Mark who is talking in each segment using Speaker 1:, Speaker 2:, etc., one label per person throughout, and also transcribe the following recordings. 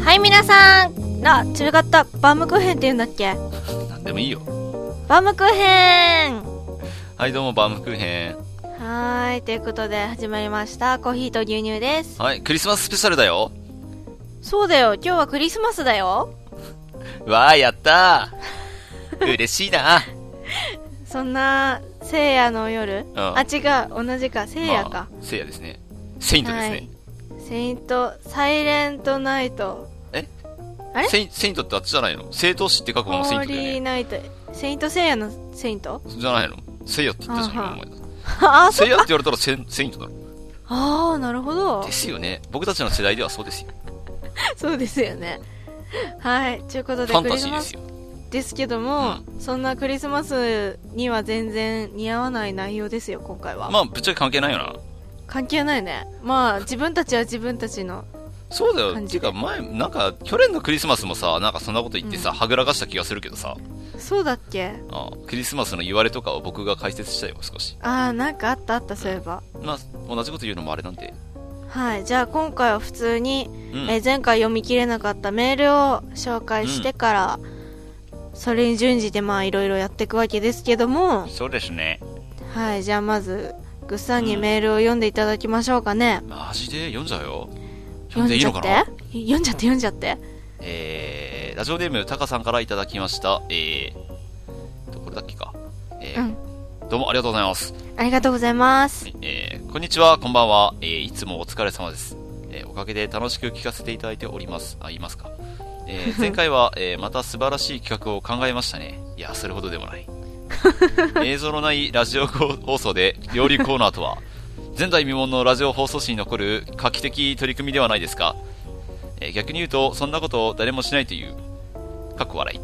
Speaker 1: はい、皆さん。な、違った。バームクーヘンって言うんだっけ
Speaker 2: なんでもいいよ。
Speaker 1: バームクーヘン
Speaker 2: はい、どうも、バームクーヘン。
Speaker 1: はーい、ということで始まりました。コーヒーと牛乳です。
Speaker 2: はい、クリスマススペシャルだよ。
Speaker 1: そうだよ、今日はクリスマスだよ。
Speaker 2: わー、やった ー。嬉しいな。
Speaker 1: そんな、聖夜の夜、
Speaker 2: ん
Speaker 1: あ、違う、同じか、聖夜か。
Speaker 2: まあ。聖夜ですね。セイントですね。
Speaker 1: はい。セイント、サイレントナイト、あれ
Speaker 2: セインセイントってあっちじゃないの正当師って書く
Speaker 1: ホ
Speaker 2: のもセイン
Speaker 1: ー
Speaker 2: トだよ
Speaker 1: リー
Speaker 2: ね。
Speaker 1: ナイト、セイント聖夜のセイン ト
Speaker 2: じゃないの聖夜って言ったじゃ
Speaker 1: あは
Speaker 2: ん、今お前。
Speaker 1: あ、そ
Speaker 2: 聖
Speaker 1: う
Speaker 2: 夜って言われたらセイ セイントだろ。
Speaker 1: あー、なるほど
Speaker 2: で。すよね。僕たちの世代ではそうですよ。
Speaker 1: そうですよね。はい、ということ
Speaker 2: フ
Speaker 1: で、
Speaker 2: ァン
Speaker 1: ク
Speaker 2: タ
Speaker 1: リス
Speaker 2: ジーで
Speaker 1: マ
Speaker 2: す
Speaker 1: ス
Speaker 2: よ。
Speaker 1: ですけども、そんなクリスマスには全然似合わない内容ですよ、今回は。
Speaker 2: まあ、ぶっちゃけ関係ないよな。
Speaker 1: 関係ないね。まあ、自分たちは自分たちの。
Speaker 2: そうだよ。
Speaker 1: 感
Speaker 2: て
Speaker 1: じ
Speaker 2: いうか、前、なんか、去年のクリスマスもさ、なんかそんなこと言ってさ、はぐらかした気がするけどさ、
Speaker 1: そうだっけ
Speaker 2: ああクリスマスの言われとかを僕が解説したよ、少し。
Speaker 1: ああ、なんかあったあった、そういえば。
Speaker 2: まあ、同じこと言うのもあれなんで。
Speaker 1: はい、じゃあ今回は普通に、
Speaker 2: うん。
Speaker 1: えー前回読み切れなかったメールを紹介してから、それに準じてまあいろいろやっていくわけですけども、
Speaker 2: そうですね。
Speaker 1: はい、じゃあまず、ぐっさんにメールを読んでいただきましょうかね。
Speaker 2: マジで読んじゃうよ。読
Speaker 1: 読
Speaker 2: ん
Speaker 1: ん
Speaker 2: でいい
Speaker 1: じゃ
Speaker 2: の
Speaker 1: っ
Speaker 2: か
Speaker 1: て
Speaker 2: な
Speaker 1: 読んじゃって読んじゃって。
Speaker 2: えー、ラジオネーム、タカさんからいただきました。えー、とこれだっけか。えー
Speaker 1: うん
Speaker 2: どうもありがとうございます。
Speaker 1: ありがとうございます。
Speaker 2: えーこんにちは、こんばんは。えーいつもお疲れ様です。えーおかげで楽しく聞かせていただいております。あ、言いますか。えー前回は、えーまた素晴らしい企画を考えましたね。いや、それほどでもない。映像のないラジオ放送で料理コーナーとは、前代未聞のラジオ放送史に残る画期的取り組みではないですか。えー逆に言うと、そんなことを誰もしないという、かっこ笑い。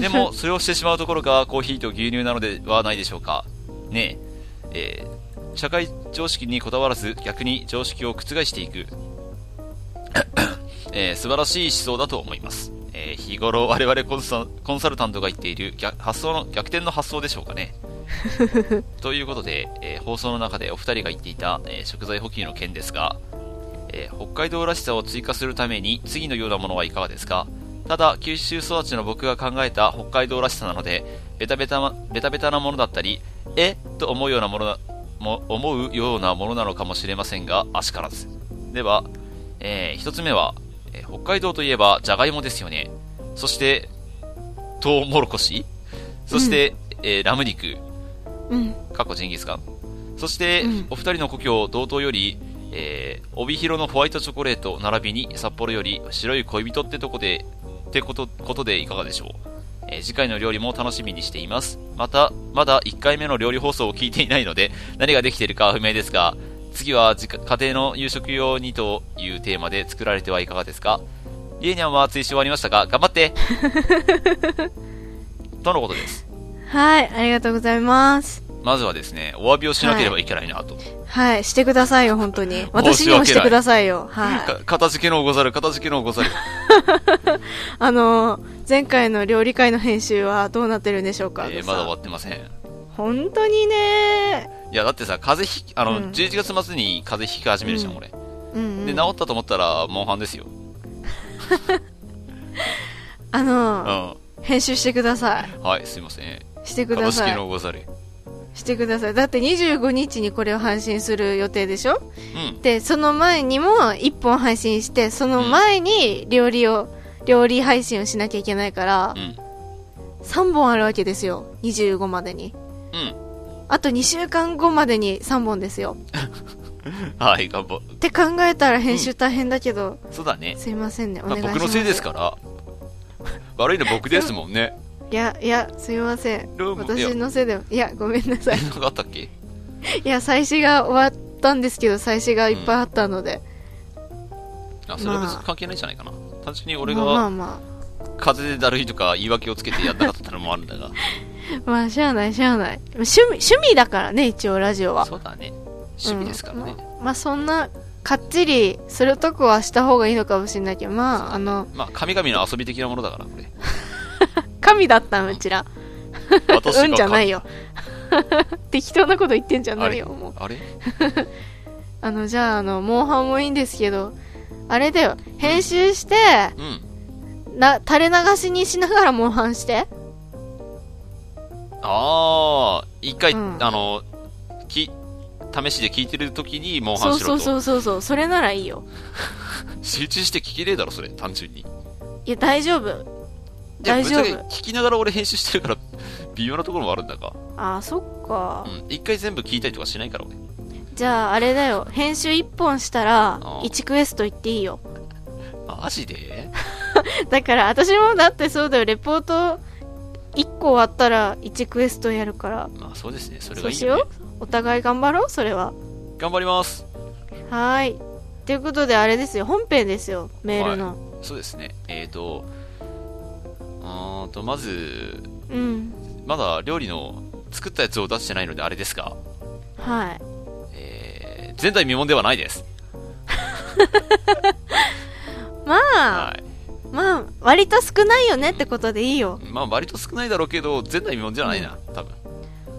Speaker 2: でも、それをしてしまうところがコーヒーと牛乳なのではないでしょうか。ねえ、えー社会常識にこだわらず逆に常識を覆していく、 えー素晴らしい思想だと思います、えー日頃我々コンサコンサルタントが言っている逆発想の逆転の発想でしょうかねということで、えー放送の中でお二人が言っていた、えー食材補給の件ですが、えー北海道らしさを追加するために次のようなものはいかがですかただ九州育ちの僕が考えた北海道らしさなのでベタベタ,、ま、ベタベタなものだったりえと思うようなものだも思うようなものなのかもしれませんが、あしからず。では、え1つ目は、えー北海道といえばじゃがいもですよね。そして、とうもろこしそして、えーラム肉、
Speaker 1: うん。
Speaker 2: かっこジンギスカン。そして、
Speaker 1: うん
Speaker 2: お二人の故郷、道東より、えー帯広のホワイトチョコレート並びに札幌より白い恋人ってとこで、ってことことでいかがでしょう、えー次回の料理も楽しみにしています。また、まだ1回目の料理放送を聞いていないので、何ができているかは不明ですが、次は自家家庭の夕食用にというテーマで作られてはいかがですかリエニャンは追試終わりましたが、頑張って とのことです。
Speaker 1: はい、ありがとうございます。
Speaker 2: まずはですね、お詫びをしなければいけないなと。
Speaker 1: はい、してくださいよ、本当に。
Speaker 2: 訳ない
Speaker 1: 私にもしてくださいよ。はい。
Speaker 2: か片付けのござる、片付けのござる。
Speaker 1: あのー、前回の料理会の編集はどうなってるんでしょうか、
Speaker 2: えー
Speaker 1: あのさ
Speaker 2: まだ終わってません。
Speaker 1: 本当にね
Speaker 2: いや、だってさ、風邪ひき、あの、
Speaker 1: うん
Speaker 2: 11月末に風邪ひき始めるじゃん、
Speaker 1: うん
Speaker 2: 俺。
Speaker 1: うん、うん。
Speaker 2: で、治ったと思ったら、モンハンですよ。
Speaker 1: あ
Speaker 2: う
Speaker 1: のー、
Speaker 2: ん。
Speaker 1: 編集してください。
Speaker 2: はい、すいません。
Speaker 1: してくだ
Speaker 2: 片付
Speaker 1: さ
Speaker 2: け
Speaker 1: い
Speaker 2: の。ござる。
Speaker 1: してください。だって25日にこれを配信する予定でしょ
Speaker 2: うん。
Speaker 1: で、その前にも1本配信して、その前に料理を、料理配信をしなきゃいけないから
Speaker 2: う、ん。
Speaker 1: 3本あるわけですよ。25までに。
Speaker 2: うん。
Speaker 1: あと2週間後までに3本ですよ。
Speaker 2: はい、頑張、
Speaker 1: って考えたら編集大変だけど、
Speaker 2: そうだね。
Speaker 1: すいませんね。お
Speaker 2: まあ
Speaker 1: 願いします。
Speaker 2: 僕のせいですから。悪いの僕ですも んね。
Speaker 1: いや、いや、すいません。
Speaker 2: どうも
Speaker 1: 私のせいだよ。いや、ごめんな さい。
Speaker 2: なかあったっけ
Speaker 1: いや、祭祀が終わったんですけど、祭祀がいっぱいあったので。
Speaker 2: あ、それは別
Speaker 1: ま
Speaker 2: に
Speaker 1: あ
Speaker 2: 関係ないじゃないかな。単純に俺
Speaker 1: まあまあ
Speaker 2: が
Speaker 1: ま
Speaker 2: 風邪でだるいとか言い訳をつけてやんなかったのもあるんだが。
Speaker 1: あ。まあ、しゃあない、しゃあない。趣味、趣味だからね、一応、ラジオは。
Speaker 2: そうだね。趣味ですから
Speaker 1: う
Speaker 2: ね。
Speaker 1: んまあ、まあそんな、かっちりするとこはした方がいいのかもしれないけど、まあ、あの、
Speaker 2: まあ、神々の遊び的なものだから、これ。
Speaker 1: 神だったん、うちら。
Speaker 2: 私が
Speaker 1: うんじゃないよ。 適当なこと言ってんじゃ
Speaker 2: あ
Speaker 1: な
Speaker 2: れ
Speaker 1: いよ、もう。
Speaker 2: あれ
Speaker 1: あの、じゃあ、あの、モンハンもいいんですけど、あれだよ編集して、
Speaker 2: うん。
Speaker 1: な垂れ流しにしながら模範して
Speaker 2: ああ、一回、
Speaker 1: うん
Speaker 2: あの、き、試しで聞いてる時に、モンハ
Speaker 1: そ
Speaker 2: ン
Speaker 1: う
Speaker 2: しろと。
Speaker 1: そうそうそうそうそれならいいよ
Speaker 2: 集中して聞きれえだろ、それ、単純に。
Speaker 1: いや大丈夫大丈
Speaker 2: いやぶっ
Speaker 1: 夫
Speaker 2: ちゃけ聞きながら俺編集してるから、 微妙なところもあるんだが。
Speaker 1: あーそっか
Speaker 2: うん。一回全部聞いたりとかしないから、俺。
Speaker 1: じゃああれだよ編集1本したら
Speaker 2: あ
Speaker 1: 1クエスト行っていいよ
Speaker 2: マジで
Speaker 1: だから私もだってそうだよレポート1個終わったら1クエストやるから
Speaker 2: まあそうですね、それ
Speaker 1: そ
Speaker 2: が
Speaker 1: う
Speaker 2: いい
Speaker 1: し
Speaker 2: よ、ね
Speaker 1: よ。うお互い頑張ろうそれは
Speaker 2: 頑張ります。
Speaker 1: はーいということであれですよ本編ですよメールの、
Speaker 2: そうですね。えっ、ー、と、うーんと、まず、
Speaker 1: うん
Speaker 2: まだ料理の作ったやつを出してないのであれですが、
Speaker 1: はい
Speaker 2: えー、前代未聞ではないです。
Speaker 1: まあ、
Speaker 2: はい。
Speaker 1: まあ割と少ないよねってことでいいよ
Speaker 2: まあ割と少ないだろうけど、前代未聞じゃないな、多分。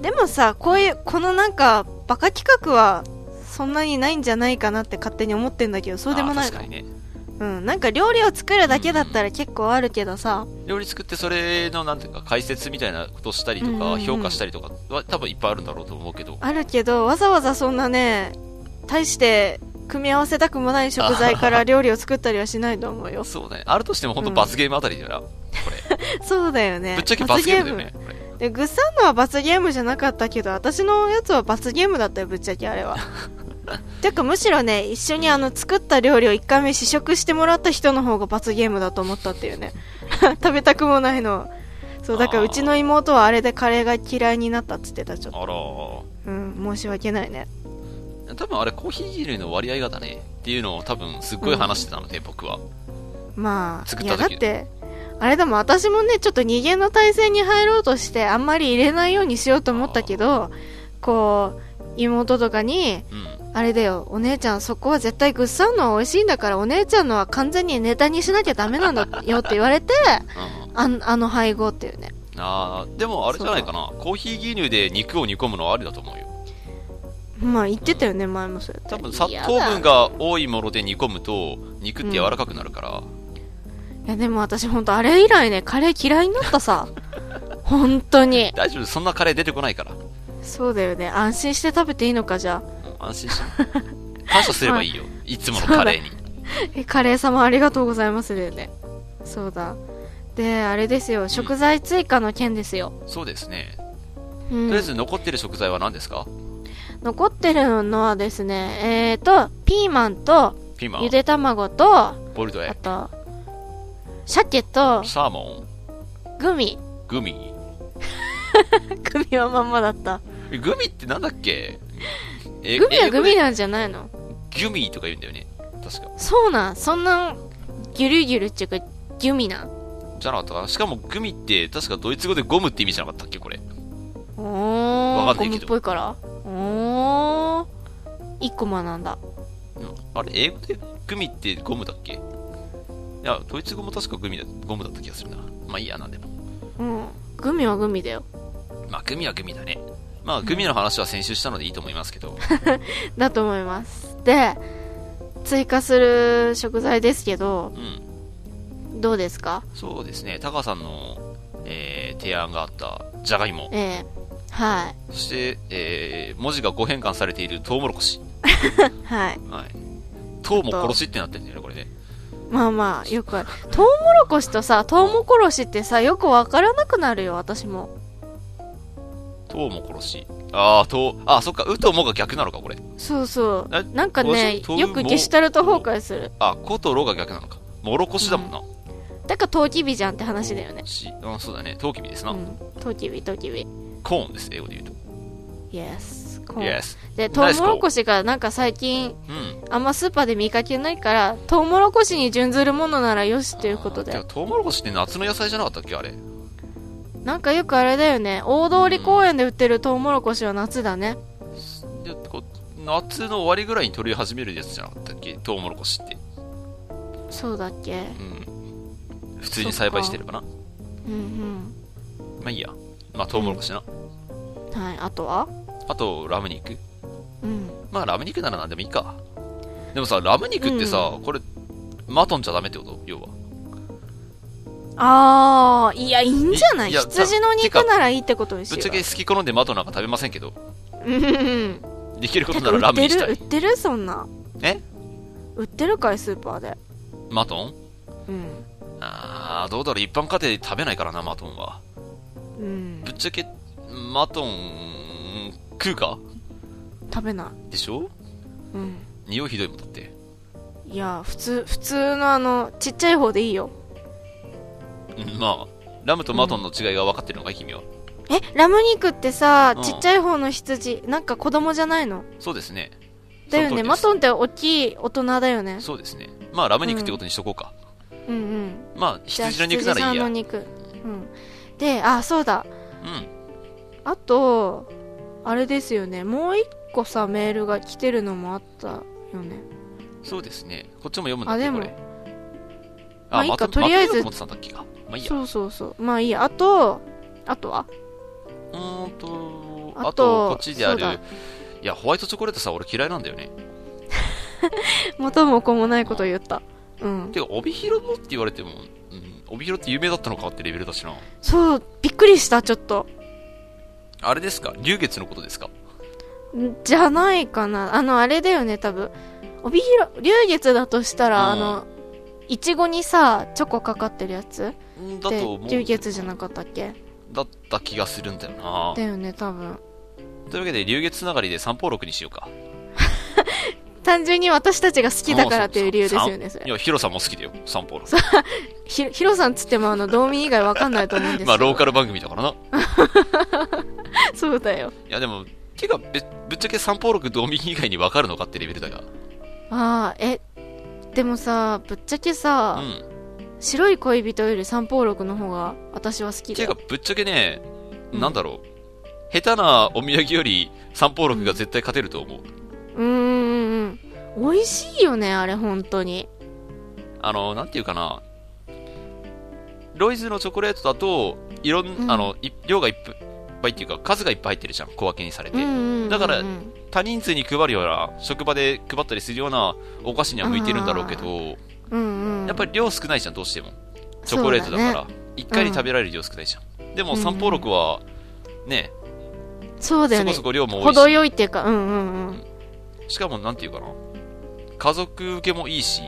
Speaker 1: でもさこういうこのなんかバカ企画はそんなにないんじゃないかなって勝手に思ってんだけどそうでもな
Speaker 2: あー
Speaker 1: い
Speaker 2: 確かにね。
Speaker 1: うんなんか料理を作るだけだったら結構あるけどさ
Speaker 2: 料理作ってそれのなんていうか解説みたいなことをしたりと
Speaker 1: うんうんう
Speaker 2: か
Speaker 1: ん
Speaker 2: 評価したりとかは多分いっぱいあるんだろうと思うけど
Speaker 1: あるけどわざわざそんなね大して組み合わせたくもない食材から料理を作ったりはしないと思 うよ
Speaker 2: そうだねあるとしても本当
Speaker 1: うん
Speaker 2: 罰ゲームあたりだよな、これ
Speaker 1: そうだよね
Speaker 2: ぶっちゃけ罰ゲームだ
Speaker 1: 罰
Speaker 2: よねこれ
Speaker 1: ゲームでぐっさんのは罰ゲームじゃなかったけど私のやつは罰ゲームだったよぶっちゃけあ れはてかむしろね一緒にあの作った料理を1回目試食してもらった人の方が罰ゲームだと思ったっていうね 食べたくもないのそうだからうちの妹はあれでカレーが嫌いになったっつってたちょっ
Speaker 2: あ
Speaker 1: と
Speaker 2: ら
Speaker 1: うん申し訳ないね
Speaker 2: ー多分あれコーヒー牛乳の割合がだねっていうのを多分すっごい話してたので、僕は
Speaker 1: まあ、
Speaker 2: 作っ
Speaker 1: い
Speaker 2: た
Speaker 1: やだっ
Speaker 2: 時
Speaker 1: て、あれでも私もね、ちょっと人間の体制に入ろうとして、あんまり入れないようにしようと思ったけど、こう、妹とかに、
Speaker 2: うん
Speaker 1: あれだよ、お姉ちゃんそこは絶対グッサンのは美味しいんだから、お姉ちゃんのは完全にネタにしなきゃダメなんだよって言われて、
Speaker 2: うん
Speaker 1: あんあの配合っていうね。
Speaker 2: あーでもあれじゃないかなコーヒー牛乳で肉を煮込むのはありだと思うよ
Speaker 1: まあ言ってたよね、前もそれ。
Speaker 2: 多分砂糖分。が多いもので煮込むと肉って柔らかくなるから、
Speaker 1: いやでも私ほんとあれ以来ね、カレー嫌いになった さ。本当に。
Speaker 2: 大丈夫そんなカレー出てこないから
Speaker 1: そうだよね。安心して食べていいのか、じゃあ。
Speaker 2: うん安心して感謝すればい いよいつものカレーに
Speaker 1: えカレー様ありがとうございますだよねそうだであれですよ食材追加の件ですよ、
Speaker 2: そうですね、
Speaker 1: うん
Speaker 2: とりあえず残ってる食材は何ですか
Speaker 1: 残ってるのはですねえっ、ー、とピーマンと
Speaker 2: ピーマ
Speaker 1: ゆ
Speaker 2: ン、
Speaker 1: で卵とあ
Speaker 2: ボイルドエッ
Speaker 1: と鮭と
Speaker 2: グ、サーモ
Speaker 1: グミ
Speaker 2: ン、グミ。
Speaker 1: グミはまんまだった
Speaker 2: えグミってなんだっけえ
Speaker 1: グミはグミ
Speaker 2: 英
Speaker 1: なんじゃないの
Speaker 2: 語でギュミーとか言うんだよね。確か。
Speaker 1: そうなんそんなギュルギュルっていうかギュミなん
Speaker 2: じゃなかったかなしかもグミって確かドイツ語でゴムって意味じゃなかったっけこれ。
Speaker 1: おー
Speaker 2: わか
Speaker 1: ゴ
Speaker 2: んな
Speaker 1: ム
Speaker 2: い
Speaker 1: っ
Speaker 2: けど
Speaker 1: ぽいからおー1個学んだ
Speaker 2: うんあれ、英語でグミってゴムだっけいや、ドイツ語も確かグミだゴムだった気がするな。まあいいや、なんでも。
Speaker 1: うんグミはグミだよ
Speaker 2: まあグミはグミだね。まあグミの話は先週したのでいいと思いますけど。
Speaker 1: だと思いますで追加する食材ですけど
Speaker 2: うん。
Speaker 1: どうですか
Speaker 2: そうですね、タカさんの、えー提案があったじゃがいも、
Speaker 1: ええは
Speaker 2: そして、えー文字が誤変換されているトウモロコシ、
Speaker 1: いはい
Speaker 2: はい、トウも殺しってなってるんだよね、これね。
Speaker 1: まあまあよくあるトウモロコシとさトウモコロシってさよくわからなくなるよ私も
Speaker 2: トウも殺し。あー、トウ、あ、そっか、ウとモが逆なのか、これ。
Speaker 1: そうそ
Speaker 2: え
Speaker 1: うなんかね
Speaker 2: トウ
Speaker 1: よくゲシュタルト崩壊する
Speaker 2: あ、コとロが逆なのか。もろこしだもんな。
Speaker 1: だからトウキビじゃんって話だよね
Speaker 2: しあそうだね、トウキビです
Speaker 1: う
Speaker 2: な。
Speaker 1: んトウキビトウキビ
Speaker 2: コーンです、英語で言うと。
Speaker 1: イエスコーン
Speaker 2: Yes。
Speaker 1: でトウモロコシがなんか最近
Speaker 2: うん。
Speaker 1: あんまスーパーで見かけないからトウモロコシに準ずるものならよしということで
Speaker 2: あーてかトウモロコシって夏の野菜じゃなかったっけ、あれ。
Speaker 1: なんかよくあれだよね大通公園で売ってるトウモロコシは夏だね
Speaker 2: でこ夏の終わりぐらいに取り始めるやつじゃなかったっけ、トウモロコシって。
Speaker 1: そうだっけ
Speaker 2: うん普通に栽培してればな。ま
Speaker 1: うん
Speaker 2: あいいや。まあトウモロコシな。
Speaker 1: うんはいあとは
Speaker 2: あと、ラム肉。
Speaker 1: うん
Speaker 2: まあラム肉なら何でもいいか。でもさ、ラム肉ってさ、これ、マトンじゃダメってこと要は。
Speaker 1: ああ、いや、いいんじゃない
Speaker 2: いいや
Speaker 1: 羊の肉ならいいってことにし
Speaker 2: ぶっ
Speaker 1: よ
Speaker 2: ちゃけ好き好んでマトンなんか食べませんけど、
Speaker 1: う。うんうん。
Speaker 2: できること
Speaker 1: て
Speaker 2: な
Speaker 1: から
Speaker 2: ラ
Speaker 1: 売っ
Speaker 2: ーメン
Speaker 1: て
Speaker 2: にし
Speaker 1: る
Speaker 2: た
Speaker 1: 売っ
Speaker 2: い。
Speaker 1: てるそんな。
Speaker 2: え
Speaker 1: 売ってるかいスーパーで。
Speaker 2: マトン
Speaker 1: うん。
Speaker 2: あー、どうだろう、一般家庭で食べないからな、マトンは。
Speaker 1: うん
Speaker 2: ぶ。っちゃけ、マトン、食うか
Speaker 1: 食べない。
Speaker 2: でしょ
Speaker 1: うん。
Speaker 2: 匂いひどいもんだって。
Speaker 1: いや、普通、普通のあの、ちっちゃい方でいいよ。
Speaker 2: うんまあ、ラムとマトンの違いが分かってるのかい、君は。
Speaker 1: え、ラム肉ってさ、
Speaker 2: うん
Speaker 1: ちっちゃい方の羊、なんか子供じゃないの
Speaker 2: そうですね。
Speaker 1: だよ
Speaker 2: その通り
Speaker 1: ね。
Speaker 2: です
Speaker 1: マトンって大きい大人だよね。
Speaker 2: そうですね。まあ、ラム肉ってことにしとこうか。
Speaker 1: うんうん。
Speaker 2: まあ、
Speaker 1: じゃあ
Speaker 2: 羊の肉なら
Speaker 1: 羊
Speaker 2: いい
Speaker 1: さ
Speaker 2: や。
Speaker 1: んの
Speaker 2: うん。
Speaker 1: 肉。うん。で、あ、そうだ。あと、あれですよね。もう一個さ、メールが来てるのもあったよね。
Speaker 2: そうですね。こっちも読むんだっ
Speaker 1: あ
Speaker 2: け、
Speaker 1: でも
Speaker 2: これ。
Speaker 1: まあいいか
Speaker 2: マトン
Speaker 1: とりあえず
Speaker 2: マトンだと思ってたんだっけか。まあ、いいや。
Speaker 1: そうそうそう。まあいいや。あと、あとは
Speaker 2: うーんと、
Speaker 1: あと
Speaker 2: あと、こっちである
Speaker 1: そうだ、
Speaker 2: いや、ホワイトチョコレートさ、俺嫌いなんだよね。
Speaker 1: 元も子もないこと言った。うん。
Speaker 2: てか、帯広のって言われても、うん、帯広って有名だったのかってレベルだしな。
Speaker 1: そう、びっくりした、ちょっと。
Speaker 2: あれですか龍月のことですか
Speaker 1: んじゃないかな。あの、あれだよね、多分。帯広、流月だとしたら、
Speaker 2: うん
Speaker 1: あの、いちごにさ、チョコかかってるやつ
Speaker 2: んだ
Speaker 1: で
Speaker 2: と思う。
Speaker 1: 流月じゃなかったっけ
Speaker 2: だった気がするんだよな。
Speaker 1: だよね、多分。
Speaker 2: というわけで、龍月つながりで三宝録にしようか。
Speaker 1: 単純に私たちが好きだからっていう理由ですよね、
Speaker 2: そ
Speaker 1: そう
Speaker 2: そうい
Speaker 1: れ。
Speaker 2: や、ヒロさんも好きだよ、三宝録。
Speaker 1: ひろ、ヒロさんつっても、あの、道民以外わかんないと思うんですよ。
Speaker 2: まあ、ローカル番組だからな。い
Speaker 1: そうだよ。
Speaker 2: や、でも、てか、べぶっちゃけ三宝録道民以外に分かるのかってレベルだが。
Speaker 1: ああ、え、でもさ、ぶっちゃけ
Speaker 2: う
Speaker 1: さ、
Speaker 2: ん。
Speaker 1: 白い恋人より三宝録の方が私は好きだ
Speaker 2: てか
Speaker 1: よ。、
Speaker 2: ぶっちゃけね、
Speaker 1: うん
Speaker 2: なんだろう。下手なお土産より三宝録が絶対勝てると思う。
Speaker 1: うーんうんうん。美味しいよね、あれ、本当に。
Speaker 2: あの、なんていうかな、ロイズのチョコレートだと、いろん、
Speaker 1: うん
Speaker 2: あの、い量がいっぱいっていうか、数がいっぱい入ってるじゃん、小分けにされて。
Speaker 1: うんうんうん。
Speaker 2: だから
Speaker 1: うん
Speaker 2: 他人数に配るような、職場で配ったりするようなお菓子には向いてるんだろうけど、
Speaker 1: うんうん。
Speaker 2: やっぱ
Speaker 1: り、
Speaker 2: り量少ないじゃん、どうしても。チョコレートだから。一、回に食べられる量少ないじゃん。で
Speaker 1: う
Speaker 2: も、
Speaker 1: ん
Speaker 2: 三宝録は、ね、
Speaker 1: そうだよ
Speaker 2: そ
Speaker 1: ね。
Speaker 2: こそこ量も多
Speaker 1: 程
Speaker 2: い
Speaker 1: よいっていうか、うんうん
Speaker 2: し、しかも、なんていうかな、家族受けもいいし、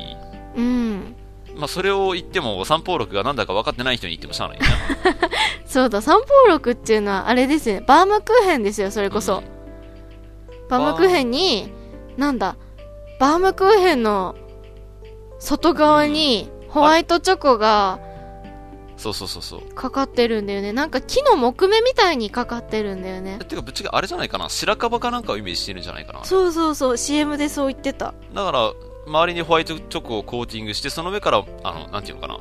Speaker 1: うん。うん。
Speaker 2: まあ、それを言っても、三宝録がなんだか分かってない人に言ってもしゃあ ないな。
Speaker 1: そうだ、三宝録っていうのは、あれですね、バームクーヘンですよ、それこそ。バームクーヘンに、なんだ、バームクーヘンの外側にホワイトチョコが
Speaker 2: そうそうそうそう。
Speaker 1: かかってるんだよね。なんか木の木目みたいにかかってるんだよね。
Speaker 2: てかぶっちゃけあれじゃないかな白樺かなんかをイメージしてるんじゃないかなだ
Speaker 1: そうそうそう、CM でそう言ってた。
Speaker 2: から周りにホワイトチョコをコーティングしてその上からあのなんていうのかな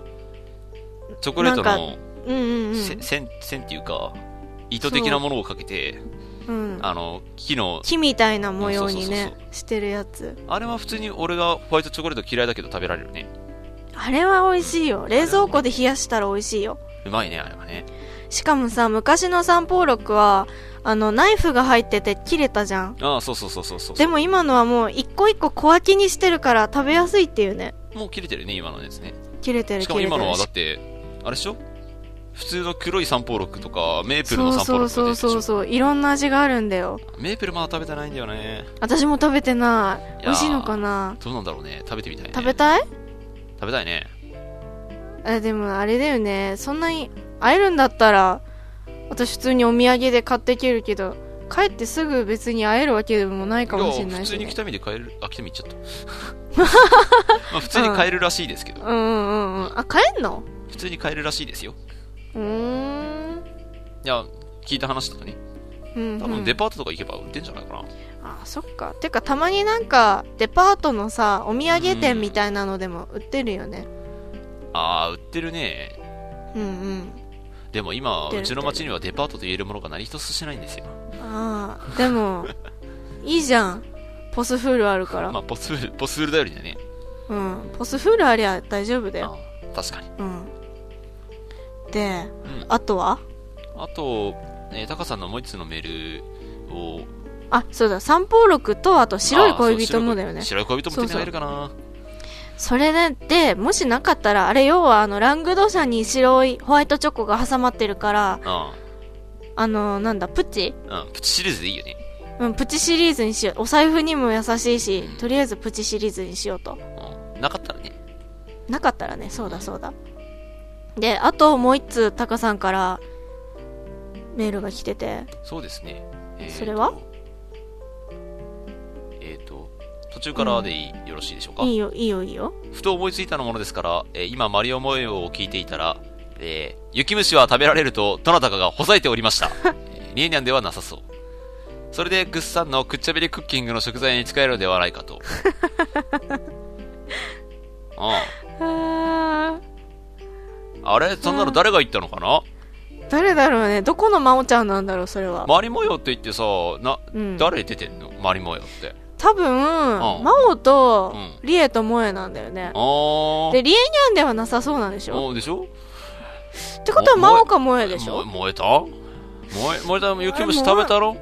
Speaker 2: チョコレートの
Speaker 1: うんうん
Speaker 2: せ線線っていうか糸的なものをかけて
Speaker 1: うん。うん。
Speaker 2: あの木の
Speaker 1: 木みたいな模様に
Speaker 2: うん
Speaker 1: ね
Speaker 2: そうそう、
Speaker 1: してるやつ。
Speaker 2: あれは普通に俺がホワイトチョコレート嫌いだけど食べられるね
Speaker 1: あれは美味しいよ。冷蔵庫で冷やしたら美味しいよ。
Speaker 2: うまいねあれはね
Speaker 1: しかもさ、昔の三宝録は、あの、ナイフが入ってて切れたじゃん。
Speaker 2: ああそうそうそうそうそう
Speaker 1: でも今のはもう一個一個小分けにしてるから食べやすいっていうね。
Speaker 2: もう切れてるね今のですね
Speaker 1: 切れてる
Speaker 2: し
Speaker 1: 切
Speaker 2: かも
Speaker 1: れて
Speaker 2: 今の
Speaker 1: る
Speaker 2: はだ
Speaker 1: し
Speaker 2: っ。てあれでしょ普通の黒い三宝六とかメープ
Speaker 1: そ
Speaker 2: ルの
Speaker 1: う
Speaker 2: 三宝
Speaker 1: そう
Speaker 2: 六と
Speaker 1: そ
Speaker 2: か
Speaker 1: うそ
Speaker 2: 出てるで
Speaker 1: う
Speaker 2: し
Speaker 1: そう。いろんな味があるんだよ。
Speaker 2: ょメープルまだ食べてないんだよね
Speaker 1: 私も食べてない
Speaker 2: いやー
Speaker 1: い。美味しいのかな
Speaker 2: どうなんだろうね食べてみたいね
Speaker 1: 食べたい
Speaker 2: 食べたいね
Speaker 1: あでもあれだよね。そんなに会えるんだったら、私普通にお土産で買ってきるけど、帰ってすぐ別に会えるわけでもないかもしれ
Speaker 2: や
Speaker 1: ない
Speaker 2: 普
Speaker 1: し、
Speaker 2: 通に
Speaker 1: ね。
Speaker 2: 北見で買えるあ北見行っちゃった まあ普通に買えるらしいですけど、
Speaker 1: うんうんうん。あ、帰んの
Speaker 2: 普通に買えるらしいですよ
Speaker 1: うーん。
Speaker 2: いや聞いた話だとね
Speaker 1: うん、うん。
Speaker 2: 多分デパートとか行けば売ってんじゃないかな、
Speaker 1: あそっかてかたまになんかデパートのさお土産店みたいなのでも売ってるよね
Speaker 2: ああ売ってるね
Speaker 1: うん
Speaker 2: でも今
Speaker 1: 売って
Speaker 2: う
Speaker 1: る
Speaker 2: ちの町にはデパートと言えるものが何一つしてないんですよ
Speaker 1: うんああで もいいじゃんポスフールあるから、
Speaker 2: まあポスフルポスフル頼りだよね
Speaker 1: うんポスフールありゃ大丈夫だよ
Speaker 2: あー確
Speaker 1: う
Speaker 2: かに
Speaker 1: んで
Speaker 2: うん
Speaker 1: あとは
Speaker 2: あと、えー、タカさんのもう一つのメールを
Speaker 1: あそうだ三宝録とあと白い恋人もだよ
Speaker 2: あ
Speaker 1: ね
Speaker 2: ーそう白い恋人白い恋人も手に入るかな
Speaker 1: そうそれで、で、もしなかったら、あれ要はあの、ラングド社に白いホワイトチョコが挟まってるから、
Speaker 2: う
Speaker 1: あの、なんだ、プチ
Speaker 2: ん。うん。プチシリーズでいいよね。
Speaker 1: うん、プチシリーズにしよう。お財布にも優しいし、とりあえずプチシリーズにしようと。
Speaker 2: うん。なかったらね。
Speaker 1: なかったらね、そうだそうだ。で、あともう一通、タカさんから、メールが来てて、
Speaker 2: そうですね。えーと
Speaker 1: それは
Speaker 2: えっ、と、途中からでいいよろしいでしょうか。
Speaker 1: いいよ、いいよ、いいよ。
Speaker 2: ふと思いついたのものですから、えー今、マリオ模様を聞いていたら、えー雪虫は食べられると、どなたかがほざいており ました。えーリエニャンではなさそう。それで、ぐっさんのくっちゃべりクッキングの食材に使えるのではないか と。あ
Speaker 1: あ
Speaker 2: ああれそんなの誰が言ったのかな
Speaker 1: ー誰だろうね、どこの真央ちゃんなんだろう、それは。
Speaker 2: マリ模様って言ってさ、な、
Speaker 1: うん
Speaker 2: 誰出てんのマリ模様って。
Speaker 1: 多分、真央と、リエと萌えなんだよね
Speaker 2: あ。ー。
Speaker 1: で、リエニャンではなさそうなんでしょ
Speaker 2: おでしょ
Speaker 1: ってことは
Speaker 2: も
Speaker 1: 真央か萌えでし
Speaker 2: も
Speaker 1: ょ
Speaker 2: 燃えた燃え燃えた雪虫食べたろ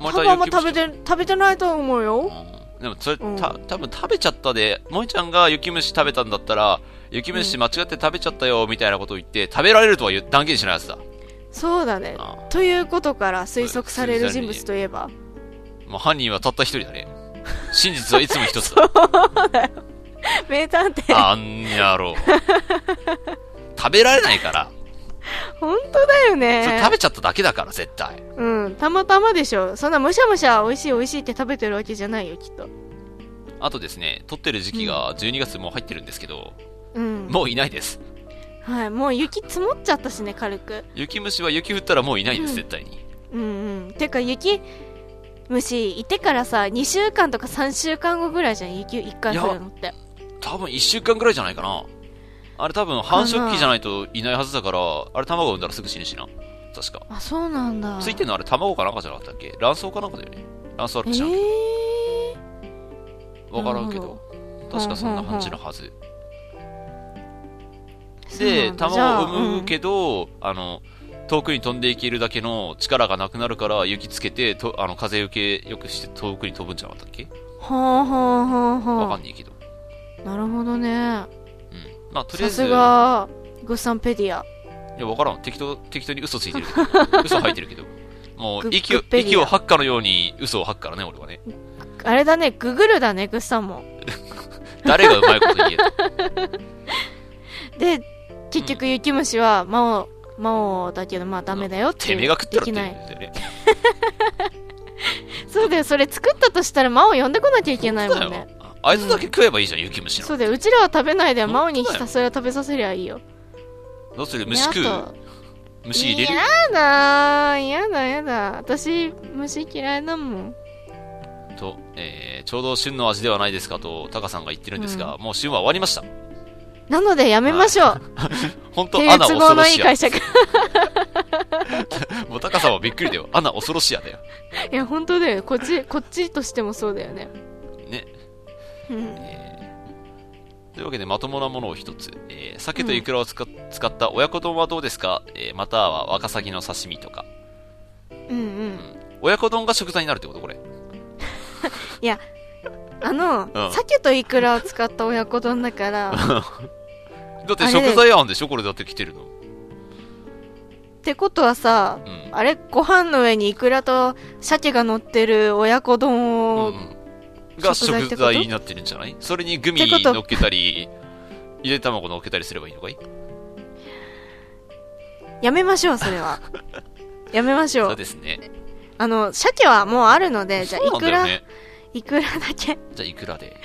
Speaker 1: パ
Speaker 2: 燃えた
Speaker 1: パも
Speaker 2: 雪虫
Speaker 1: 食べて、食べてないと思うよ。
Speaker 2: うんでもそれ、
Speaker 1: うん
Speaker 2: た多分食べちゃったで萌えちゃんが雪虫食べたんだったら雪虫間違って食べちゃったよみたいなことを言って食べられるとは言う断言しないやつだ
Speaker 1: そうだね。
Speaker 2: あ
Speaker 1: ということから推測される人物といえば。
Speaker 2: もう犯人はたった一人だね真実はいつ も一つだ
Speaker 1: 名探偵。
Speaker 2: あんやろう食べられな いから
Speaker 1: 本当だよ
Speaker 2: それ
Speaker 1: ね
Speaker 2: 食。べちゃっただけだから絶対
Speaker 1: うん。たまたまでしょ。そんなむしゃむしゃ美味しい美味しいって食べてるわけじゃないよ、きっと。
Speaker 2: あとですね撮ってる時期が12月もう入ってるんですけど、
Speaker 1: うん。
Speaker 2: もういないです
Speaker 1: はい。もう雪積もっちゃったしね、軽く。
Speaker 2: 雪虫は雪降ったらもういないです、
Speaker 1: うん
Speaker 2: 絶対に
Speaker 1: うんうん。てか雪、虫いてからさ、2週間とか3週間後ぐらいじゃん、雪1回降るのって。
Speaker 2: 多分1週間ぐらいじゃないかなあれ多分繁殖期じゃないといないはずだからあれ卵産んだらすぐ死ぬしな確か
Speaker 1: あ、そうなんだ。
Speaker 2: ついてんのあれ卵かなんかじゃなかったっけ卵巣かなんかだよね卵巣ある
Speaker 1: え
Speaker 2: かしらんけ
Speaker 1: ー。
Speaker 2: どわからんけ
Speaker 1: なる
Speaker 2: ど確かそんな感じのはず
Speaker 1: そう
Speaker 2: で
Speaker 1: なんだじゃ
Speaker 2: 卵
Speaker 1: あ
Speaker 2: を産むけど、あの遠くに飛んでいけるだけの力がなくなるから雪つけてとあの風よけよくして遠くに飛ぶんじゃなかったっけ
Speaker 1: はあはあはあ
Speaker 2: わ
Speaker 1: は
Speaker 2: か
Speaker 1: あ
Speaker 2: んないけど
Speaker 1: なるほどね
Speaker 2: うんまあと
Speaker 1: さ
Speaker 2: りあえず
Speaker 1: すがグッサンペディア
Speaker 2: いや、わからん。適当、適当に嘘つ いてるけど。嘘吐いてるけど。もう、
Speaker 1: グ
Speaker 2: 息を
Speaker 1: グッ、ペリア
Speaker 2: 息を吐くかのように嘘を吐くからね、俺はね。
Speaker 1: あれだねググるだねグッサンも
Speaker 2: 誰がうまいこと言 える
Speaker 1: で結局雪虫は魔王魔王だけどまあダメだよって
Speaker 2: てめえが食ったらって
Speaker 1: でき
Speaker 2: 言
Speaker 1: な
Speaker 2: うん
Speaker 1: い
Speaker 2: だよね。
Speaker 1: そうだよそれ作ったとしたら魔王呼んでこなきゃいけないもんね
Speaker 2: ああいつだけ食えばいいじゃん、雪虫
Speaker 1: そ
Speaker 2: の。
Speaker 1: うだようちらは食べないで
Speaker 2: 本当
Speaker 1: 魔
Speaker 2: だよ
Speaker 1: 王にひたすら食べさせりゃいいよ
Speaker 2: どうする
Speaker 1: で
Speaker 2: 虫食
Speaker 1: あ
Speaker 2: う
Speaker 1: と
Speaker 2: 虫入れる
Speaker 1: やだやだやだ私虫嫌いだもん
Speaker 2: と、えー、ちょうど旬の味ではないですかと、タカさんが言ってるんですが、もう旬は終わりました。
Speaker 1: なのでやめましょう
Speaker 2: 本
Speaker 1: って
Speaker 2: 当
Speaker 1: い
Speaker 2: ア
Speaker 1: う
Speaker 2: ナ
Speaker 1: 都
Speaker 2: 恐
Speaker 1: 合
Speaker 2: ろ
Speaker 1: のい
Speaker 2: し
Speaker 1: い
Speaker 2: や
Speaker 1: 解。釈
Speaker 2: もうタカさんはびっくりだよ。アナ恐ろしやだよ。
Speaker 1: いや本当だよねこっちこっちとしてもそうだよね
Speaker 2: ね。
Speaker 1: うん
Speaker 2: えーというわけでまともなものを一つ、えー鮭とイクラを使っ使った親子丼はどうですか、えーまたはワカサギの刺身とか
Speaker 1: うんうん
Speaker 2: 親子丼が食材になるってことこれ
Speaker 1: あの、
Speaker 2: うん
Speaker 1: 鮭とイクラを使った親子丼だからっ
Speaker 2: だって食材案でしょこれだって来てるの
Speaker 1: てことはさ
Speaker 2: うん
Speaker 1: あれご飯の上にイクラと鮭が乗ってる親子丼を、
Speaker 2: うんうんが
Speaker 1: 食材っ
Speaker 2: 食
Speaker 1: てこと
Speaker 2: 材になってるんじゃないそれにグミ
Speaker 1: ってこと
Speaker 2: 乗っけたりゆで卵乗っけたりすればいいのかい
Speaker 1: やめましょうそれはやめましょ
Speaker 2: そう
Speaker 1: う
Speaker 2: ですね
Speaker 1: あの鮭はもうあるのでじゃあ
Speaker 2: そう
Speaker 1: イ
Speaker 2: なん
Speaker 1: ク
Speaker 2: だよ
Speaker 1: ラ、
Speaker 2: ね
Speaker 1: イクラだけ
Speaker 2: じゃあいくらで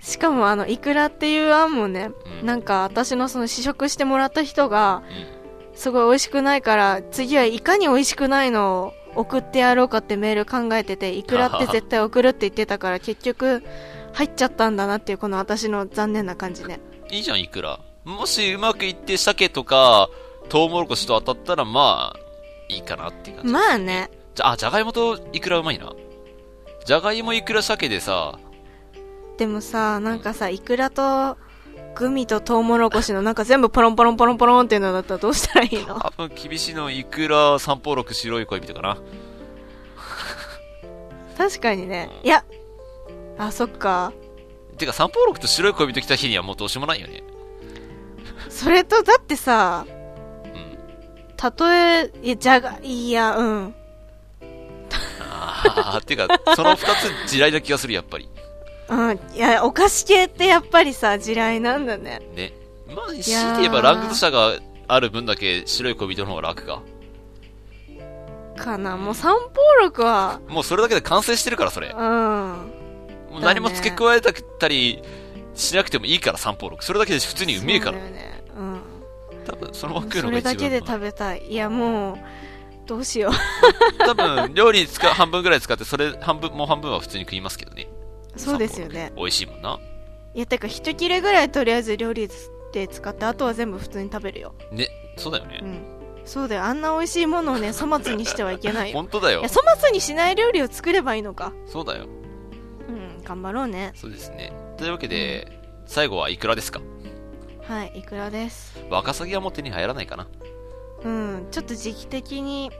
Speaker 1: しかもあのイクラっていう案もね、
Speaker 2: うん
Speaker 1: なんか私のその試食してもらった人が
Speaker 2: うん
Speaker 1: すごい美味しくないから次はいかに美味しくないのを送ってやろうかってメール考えてていくらって絶対送るって言ってたから結局入っちゃったんだなっていうこの私の残念な感じね
Speaker 2: いいじゃんいくらもしうまくいって鮭とかトウモロコシと当たったらまあいいかなって感じ
Speaker 1: まあね
Speaker 2: じゃあ、じゃがいもといくらうまいな。じゃがいもいくら鮭でさ、
Speaker 1: でもさなんかさいくらとグミとトウモロコシのなんか全部ポロンポロンポロンポロンっていうのだったらどうしたらいいの
Speaker 2: 多分厳しいのいくら三宝六白い恋人かな。
Speaker 1: 確かにねいやあそっか
Speaker 2: てか、三宝六と白い恋人来た日にはもうどうしようもないよね。
Speaker 1: それとだってさ
Speaker 2: うん。
Speaker 1: たとえいやじゃがいやうん
Speaker 2: あ あ、てか、その二つ地雷な気がする、やっぱり。
Speaker 1: うんいやお菓子系ってやっぱりさ地雷なんだね
Speaker 2: ね。まあ、強いて言えばランク差がある分だけ白い恋人の方が楽か。
Speaker 1: かなもう三宝録は
Speaker 2: もうそれだけで完成してるから、それ。
Speaker 1: うん
Speaker 2: もう何も付け加えたりしなくてもいいから、三宝六。それだけで普通にうめえか
Speaker 1: そ
Speaker 2: ら
Speaker 1: う。だよねうん
Speaker 2: 多分、そのまま食う
Speaker 1: そ
Speaker 2: のが
Speaker 1: れ
Speaker 2: 一番
Speaker 1: だけで
Speaker 2: うまい
Speaker 1: 食べたいいやもうどうしよ
Speaker 2: 多分、料理に使う、半分ぐらい使って、それ、半分、もう半分は普通に食いますけどね。
Speaker 1: う そうですよね
Speaker 2: 美味しいもんな。
Speaker 1: いやてか一切れぐらいとりあえず料理で使ってあとは全部普通に食べるよ
Speaker 2: ね、そうだよ
Speaker 1: う
Speaker 2: ね。
Speaker 1: んそうだよあんな美味しいものをね粗末にしてはいけないよ
Speaker 2: 本当だ
Speaker 1: い
Speaker 2: よ
Speaker 1: や。粗末にしない料理を作ればいいのか
Speaker 2: そうだよ。
Speaker 1: うん頑張ろうね
Speaker 2: そうですね。というわけで、最後はいくらですか
Speaker 1: はいいくらです
Speaker 2: ワカサギはもう手に入らないかな。
Speaker 1: うんちょっと時期的に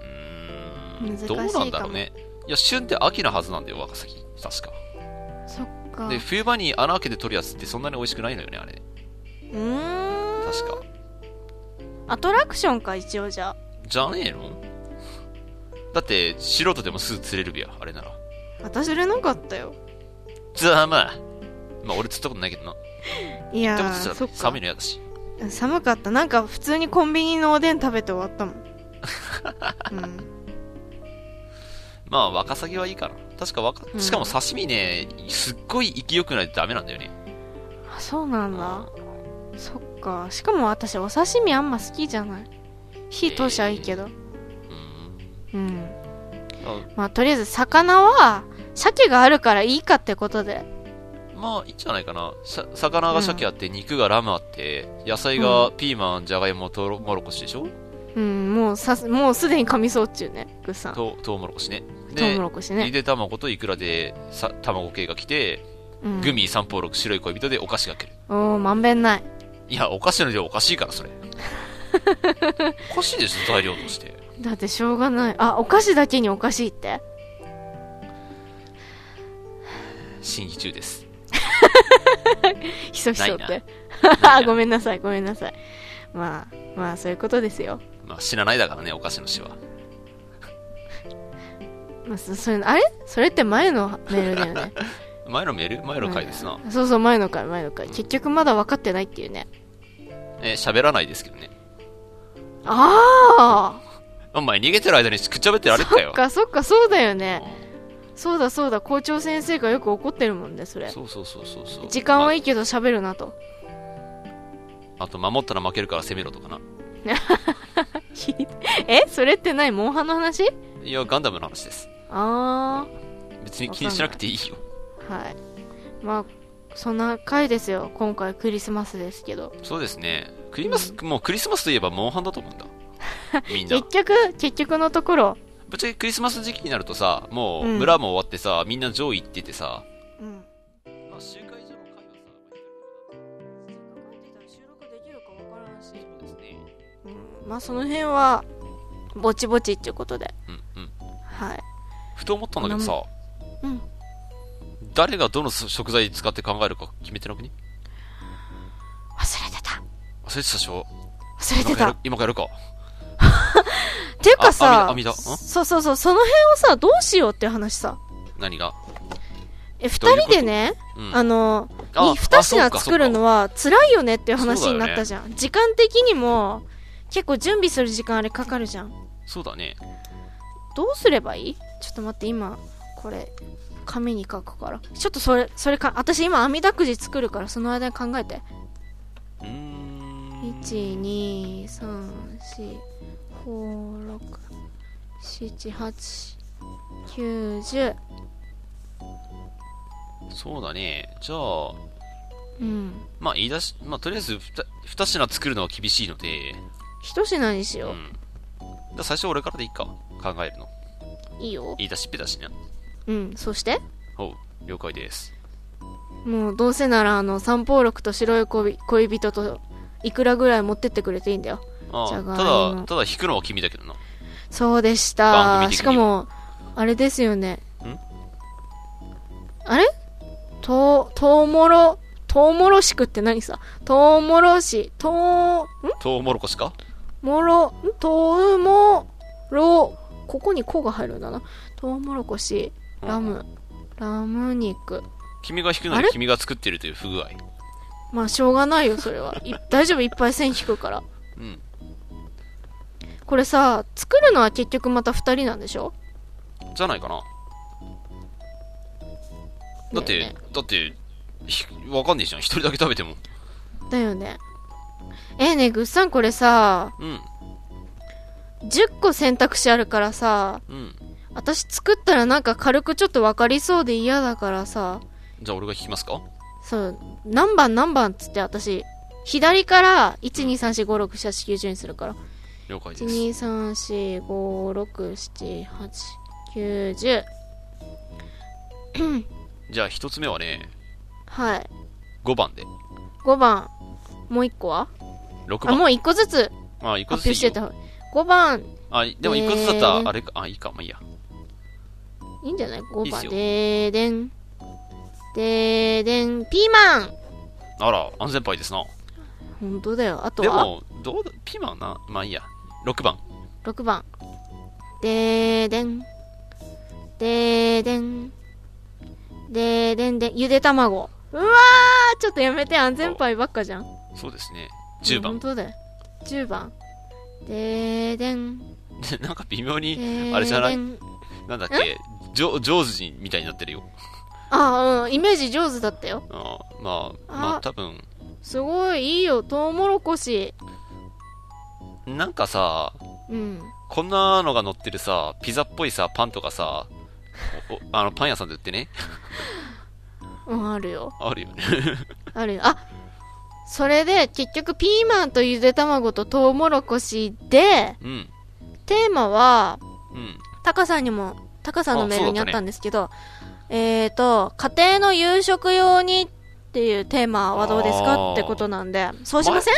Speaker 2: うーん
Speaker 1: 難しい
Speaker 2: ど
Speaker 1: か
Speaker 2: う
Speaker 1: も
Speaker 2: なんだろうね。いや、旬って秋のはずなんだよ、ワカサギ。確か。
Speaker 1: そっか
Speaker 2: で、冬場に穴開けて取るやつってそんなに美味しくないのよね、あれ。
Speaker 1: うーん
Speaker 2: 確か。
Speaker 1: アトラクションか一応じゃあ
Speaker 2: じゃねえのだって、素人でもすぐ釣れるべや、あれなら。
Speaker 1: 私釣れなかったよ
Speaker 2: ざまあ。まあ、俺釣ったことないけどな。
Speaker 1: い
Speaker 2: っ
Speaker 1: や
Speaker 2: てこと
Speaker 1: ー
Speaker 2: すら
Speaker 1: そっか
Speaker 2: 寒いの嫌だし。
Speaker 1: うん寒かったなんか普通にコンビニのおでん食べて終わった もん、うん、
Speaker 2: まあ、ワカサギはいいかな。確かワカ、
Speaker 1: うん
Speaker 2: しかも刺身ね、すっごい勢いよくないとダメなんだよね。
Speaker 1: あそうなんだそっかしかも私お刺身あんま好きじゃない火通しはいいけど、
Speaker 2: うん。
Speaker 1: うん
Speaker 2: あ
Speaker 1: まあとりあえず魚は鮭があるからいいかってことで
Speaker 2: まあ、いいんじゃないかな。さ魚が鮭あって、肉がラムあって、野菜がピーマン、じゃがいも、とうもろこしでしょ
Speaker 1: うんもうさすもうすでに噛みそうっちゅうねグッさんト
Speaker 2: ととうもろこしね。
Speaker 1: ウ
Speaker 2: で
Speaker 1: モ、ロコシ
Speaker 2: ゆ
Speaker 1: ね
Speaker 2: で卵とイクラでさ卵系が来て、
Speaker 1: うん
Speaker 2: グミ三宝六白い恋人でお菓子が来る。
Speaker 1: おおまんべんない
Speaker 2: いや、お菓子の量おかしいか ら、それ。おかしいでしょ、材料として。
Speaker 1: だってしょうがないあお菓子だけにおかしいって
Speaker 2: 審議中です。
Speaker 1: ひそひそっ
Speaker 2: ない
Speaker 1: てごめんなさいごめんなさいまあまあそういうことですよ
Speaker 2: まあ、死なないだからね、お菓子の死は。
Speaker 1: まあ、そそういうのあれそれって前のメールだよ ね
Speaker 2: 前のメール前の回ですな。
Speaker 1: うんそうそう前の回前の回結局まだ分かってないっていうね
Speaker 2: えー喋らないですけどね。
Speaker 1: ああ
Speaker 2: お前逃げてる間にくっちゃべってられっか
Speaker 1: そ
Speaker 2: よ
Speaker 1: っ。かそっかそうだよ
Speaker 2: う
Speaker 1: ね
Speaker 2: ん
Speaker 1: そうだそうだ校長先生がよく怒ってるもんねそれ
Speaker 2: そうそうそうそうそう。
Speaker 1: 時間はい
Speaker 2: い、
Speaker 1: いけど喋るなと
Speaker 2: あと、守ったら負けるから攻めろとかな。
Speaker 1: えそれって何モンハンの話
Speaker 2: いや、ガンダムの話です。
Speaker 1: あ
Speaker 2: 別に気にしなくていいよ。
Speaker 1: あはいまあそんな回ですよ今回クリスマスですけど
Speaker 2: そうですね。クリマス、もうクリスマスといえばモンハンだと思 うんだ。みんな
Speaker 1: 結。局結局のところ、
Speaker 2: ぶっちゃけクリスマス時期になるとさ、もう
Speaker 1: うん
Speaker 2: 村も終わってさ、みんな上位行っててさ、
Speaker 1: うん、
Speaker 2: まあ、集会所の会は
Speaker 1: 収録できるかわからんし
Speaker 2: さ、そうですね。
Speaker 1: うんまあその辺はぼちぼちっていうことで
Speaker 2: うんうん。
Speaker 1: はい
Speaker 2: ふと思ったんだけどさ、
Speaker 1: うん
Speaker 2: 誰がどの食材使って考えるか決めてなくね
Speaker 1: 忘れてた
Speaker 2: 忘れてたでしょ
Speaker 1: 忘れ
Speaker 2: 今
Speaker 1: て
Speaker 2: からや
Speaker 1: た
Speaker 2: る今からやるか。
Speaker 1: ていうか
Speaker 2: あ
Speaker 1: さ
Speaker 2: 網だ網だん
Speaker 1: そうそうそうその辺をさどうしようっていう話さ
Speaker 2: 何が
Speaker 1: え
Speaker 2: どうい
Speaker 1: 二
Speaker 2: うこと
Speaker 1: 人でね
Speaker 2: うん。
Speaker 1: あの
Speaker 2: あ
Speaker 1: に2品
Speaker 2: あそうか
Speaker 1: 作るのは辛いよねっていう話
Speaker 2: そうだよ
Speaker 1: に
Speaker 2: ね
Speaker 1: なったじゃん、時間的にも結構準備する時間あれかかるじゃん
Speaker 2: そうだね。
Speaker 1: どうすればいいちょっと待って今これ紙に書くからちょっとそれそれか私今網だくじ作るからその間に考えて
Speaker 2: うーん。
Speaker 1: 12345678910
Speaker 2: そうだね。じゃあ、
Speaker 1: うん
Speaker 2: まあ言い出し、まあとりあえずふた二品作るのは厳しいので、
Speaker 1: 一品にし
Speaker 2: う
Speaker 1: よ
Speaker 2: ん。じゃあ最初俺からでいいか。考えるの。
Speaker 1: ういいよ
Speaker 2: 言い出しっぺだしね。
Speaker 1: うんそして
Speaker 2: ほう、了解です。
Speaker 1: もうどうせならあの三宝六と白い恋恋人といくらぐらい持ってってくれていいんだよ
Speaker 2: あ
Speaker 1: じゃ
Speaker 2: あ、
Speaker 1: がい
Speaker 2: た
Speaker 1: も
Speaker 2: だ、ただ引くのは君だけどな。
Speaker 1: そうでし
Speaker 2: 番
Speaker 1: た
Speaker 2: 組
Speaker 1: し
Speaker 2: 的には
Speaker 1: かもあれですよね
Speaker 2: ん
Speaker 1: あれとう、とうもろ、とうもろしくって何さとうもろし、とう、ん
Speaker 2: トウモロコシか
Speaker 1: もろ、んとうもろ、ここにこが入るんだな。とうもろこし、ラム、ラム肉。
Speaker 2: 君が引く
Speaker 1: あ
Speaker 2: のに
Speaker 1: れ
Speaker 2: 君が作ってるという不具合。
Speaker 1: まあ、しょうがないよ、それは。い 大丈夫、いっぱい線引くから。
Speaker 2: うん。
Speaker 1: これさ、作るのは結局また二人なんでしょ
Speaker 2: じゃないかな。だって、
Speaker 1: だよね。
Speaker 2: だって、ひわかんねえじゃん。一人だけ食べても。
Speaker 1: だよねえーねえ、ぐっさんこれさ、
Speaker 2: うん。
Speaker 1: 10個選択肢あるからさ、
Speaker 2: うん。
Speaker 1: 私作ったらなんか軽くちょっと分かりそうで嫌だからさ、
Speaker 2: じゃあ俺が引きますか
Speaker 1: そう、何番何番っつって私、左から12345678910にするから。
Speaker 2: 了解です。
Speaker 1: 12345678910。
Speaker 2: じゃあ一つ目はね、
Speaker 1: はい。
Speaker 2: 5番で。
Speaker 1: 5番。もう1個は
Speaker 2: 6
Speaker 1: あ、
Speaker 2: 番。
Speaker 1: もう1個ずつ
Speaker 2: あ、一個
Speaker 1: 発
Speaker 2: ず
Speaker 1: 表
Speaker 2: つ
Speaker 1: し
Speaker 2: いい
Speaker 1: て
Speaker 2: よ
Speaker 1: た方がいい。5番、
Speaker 2: あ、でも一個ずつだ
Speaker 1: え
Speaker 2: った
Speaker 1: ー
Speaker 2: ら、あれか、あ、いいか、まあいいや。
Speaker 1: いいんじゃない ?5
Speaker 2: いいっ
Speaker 1: 番。
Speaker 2: すよ
Speaker 1: でーでん。でーでん。ピーマン
Speaker 2: あら、安全牌ですな。
Speaker 1: 本当だよ。あと
Speaker 2: で
Speaker 1: は
Speaker 2: も、どうだ、ピーマンな、まあいいや。6番。
Speaker 1: 6番。でーでん。でーでん。でーでんでん。ゆで卵。うわーちょっとやめて。安全牌ばっかじゃん。
Speaker 2: そうですね。10
Speaker 1: 本
Speaker 2: 番。
Speaker 1: 当だよ。10番。でーでん。
Speaker 2: で なんか微妙
Speaker 1: で
Speaker 2: に、
Speaker 1: ーでん。
Speaker 2: あれじゃないなんだっけ、ジョジョーズ人みたいになってるよ。
Speaker 1: あ、うん。イメージ上手だったよ。
Speaker 2: あーまあ、ま
Speaker 1: あ
Speaker 2: あ多分、
Speaker 1: すごい、いいよ。トウモロコシ。
Speaker 2: なんかさ、
Speaker 1: うん。
Speaker 2: こんなのが乗ってるさ、ピザっぽいさ、パンとかさ、おおあの、パン屋さんで売ってね。
Speaker 1: うん、あるよ。
Speaker 2: あるよね。
Speaker 1: あるよ。あそれで、結局、ピーマンとゆで卵とトウモロコシで、
Speaker 2: うん。
Speaker 1: テーマは、
Speaker 2: うん。
Speaker 1: タカさんにも、タカさんのメールにあ
Speaker 2: あそ
Speaker 1: っ
Speaker 2: うだったね
Speaker 1: たんですけど、えーと、家庭の夕食用にっていうテーマはどうですか
Speaker 2: あー
Speaker 1: ってことなんで、そうしません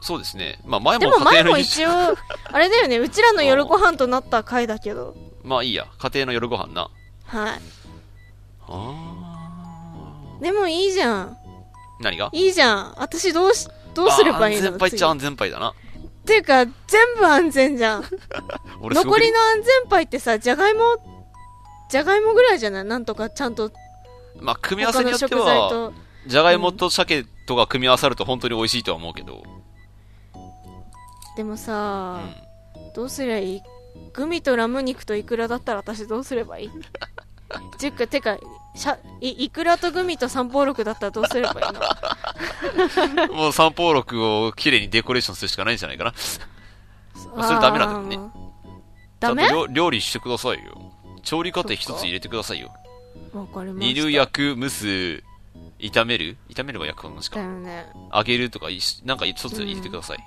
Speaker 2: そうですね。まあ前も
Speaker 1: でも
Speaker 2: 家
Speaker 1: 前
Speaker 2: 庭
Speaker 1: も
Speaker 2: の
Speaker 1: 一応、 あれだよね、うちらの夜ご飯となった回だけど、
Speaker 2: まあいいや。家庭の夜ご飯な。
Speaker 1: は
Speaker 2: あ
Speaker 1: い。でもいいじゃん。
Speaker 2: ー何が
Speaker 1: いいじゃん。私どうし、どうすればいい
Speaker 2: あー
Speaker 1: の
Speaker 2: 安全牌っちゃ
Speaker 1: 次
Speaker 2: 安全牌だな。
Speaker 1: っていうか、全部安全じゃん。
Speaker 2: 俺すご
Speaker 1: 残
Speaker 2: くね
Speaker 1: りの安全牌ってさじゃがいもじゃがいもぐらいじゃないなんとかちゃんと
Speaker 2: まあ組み合わ
Speaker 1: 他
Speaker 2: せに
Speaker 1: の
Speaker 2: よって
Speaker 1: 食材
Speaker 2: は、
Speaker 1: と
Speaker 2: じゃがいもと鮭とか組み合わさると本当に美味しいとは思うけど。
Speaker 1: でも
Speaker 2: うん
Speaker 1: さ、。どうすりゃいいグミとラム肉とイクラだったら私どうすれ ばいいジュックてかしゃいイクラとグミと三宝六だったらどうすればいいの
Speaker 2: もう三宝六を綺麗にデコレーションするしかないんじゃないかな。 それダメなんだよ
Speaker 1: ねダメ
Speaker 2: ちゃん
Speaker 1: わ
Speaker 2: と料料理してくださいよ。調理過程一つ入れてくださいよ。
Speaker 1: かりました
Speaker 2: 煮る、焼く、蒸す、炒める炒めれば焼く話
Speaker 1: だ
Speaker 2: か。
Speaker 1: よね
Speaker 2: 揚げるとかいし、なんか一つ入れてください。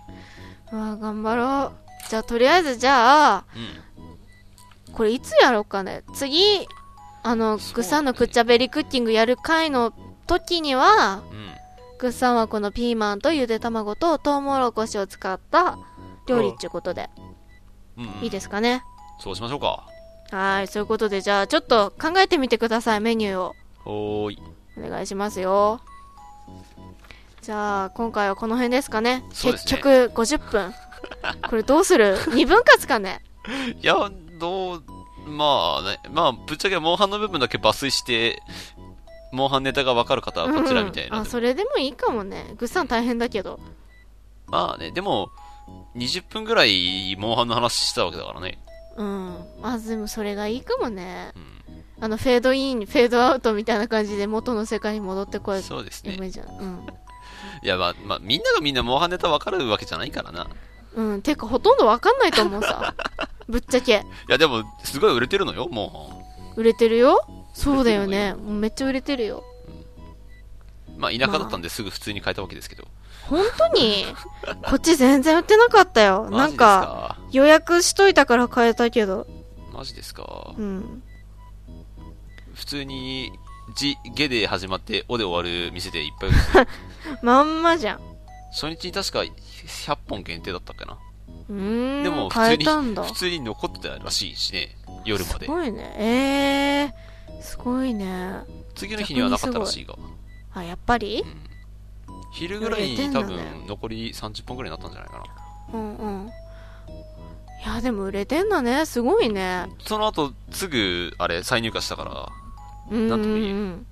Speaker 1: うわ頑張ろうじゃあとりあえずじゃあ
Speaker 2: うん。
Speaker 1: これいつやろうかね次あの
Speaker 2: そうだね
Speaker 1: グさんのくっちゃべりクッキングやる回の時には
Speaker 2: うん。
Speaker 1: グさんはこのピーマンとゆで卵とトウモロコシを使った料理っていうことで
Speaker 2: うん、うん。
Speaker 1: いいですかね
Speaker 2: そうしましょうか。
Speaker 1: はーいそういうことでじゃあちょっと考えてみてくださいメニューを
Speaker 2: おーい。
Speaker 1: お願いしますよじゃあ今回はこの辺ですかね
Speaker 2: そうです
Speaker 1: 結
Speaker 2: ね
Speaker 1: 局50分これどうする2分 割かね
Speaker 2: いや、どう、まあね、まあ、ぶっちゃけモンハンの部分だけ抜粋して、モンハンネタがわかる方はこちらみたいな。
Speaker 1: うんうんあそれでもいいかもねグさん大変だけど
Speaker 2: まあね、でも、20分ぐらいモンハンの話したわけだからね。
Speaker 1: うん。あ、でもそれがいいかもね。
Speaker 2: う
Speaker 1: あの、フェードイン、フェードアウトみたいな感じで元の世界に戻ってこい
Speaker 2: ん。。そうですね
Speaker 1: 夢。じゃん。
Speaker 2: いや、まあ、まあ、みんながみんなモンハンネタわかるわけじゃないからな。
Speaker 1: うん。うん。てか、ほとんどわかんないと思う さ。ぶっちゃけ。
Speaker 2: いや、でも、すごい売れてるのよ、モンハ
Speaker 1: 売れてるよそうだよね。もうめっちゃ売れてるよ。
Speaker 2: ン。まあ、田舎だったんですぐ普通に買えたわけですけど。
Speaker 1: 本当にこっち全然売ってなかったよ。な
Speaker 2: マ
Speaker 1: ん
Speaker 2: ジです
Speaker 1: か、
Speaker 2: か
Speaker 1: 予約しといたから買えたけど。
Speaker 2: マジですか
Speaker 1: うん。
Speaker 2: 普通に、じ、げで始まって、おで終わる店でいっぱい売
Speaker 1: まんまじゃん。
Speaker 2: 初日に確か100本限定だったかな。
Speaker 1: うーん。
Speaker 2: でも普通
Speaker 1: 買え
Speaker 2: に
Speaker 1: たんだ。
Speaker 2: 普通に残ってたらしいしね、夜ますで。
Speaker 1: ごいね。ええすごいね
Speaker 2: 次の日にはなかったらしいが
Speaker 1: あやっぱり
Speaker 2: うん昼ぐらいに多分残り30本ぐらいになったんじゃないかな
Speaker 1: うんうんいやでも売れてんだねすごいね
Speaker 2: その後すぐあれ再入荷したから
Speaker 1: うん
Speaker 2: なんとも
Speaker 1: うん
Speaker 2: 言え
Speaker 1: うん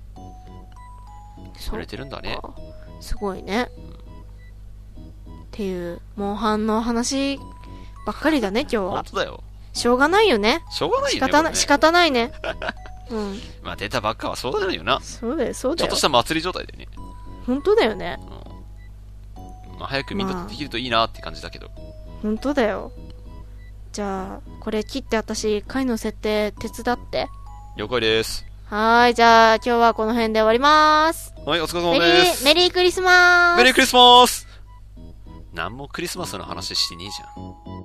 Speaker 1: そ
Speaker 2: 売
Speaker 1: う
Speaker 2: れてるんだね
Speaker 1: かすごいねっていうモンハンの話ばっかりだね今日
Speaker 2: 本
Speaker 1: は
Speaker 2: 当だよ
Speaker 1: しょうがないよね
Speaker 2: しょうがない
Speaker 1: 仕
Speaker 2: よね
Speaker 1: 方
Speaker 2: こ
Speaker 1: な
Speaker 2: れ
Speaker 1: い
Speaker 2: ね
Speaker 1: 仕方ない ねうん
Speaker 2: まあ出たばっかはそうだよな
Speaker 1: そうだよそう
Speaker 2: ち
Speaker 1: だ
Speaker 2: ょっ
Speaker 1: よ
Speaker 2: とした祭り状態だよね、
Speaker 1: 本当だよね
Speaker 2: まあ、早くみんなできるといいなって感じだけど、
Speaker 1: 本当だよじゃあこれ切って私回の設定手伝って
Speaker 2: 了解です
Speaker 1: はーいじゃあ今日はこの辺で終わります
Speaker 2: はいお疲れ
Speaker 1: メ
Speaker 2: 様
Speaker 1: リ
Speaker 2: です
Speaker 1: ーメリークリスマス
Speaker 2: メリークリスマス何もクリスマスの話してねえじゃん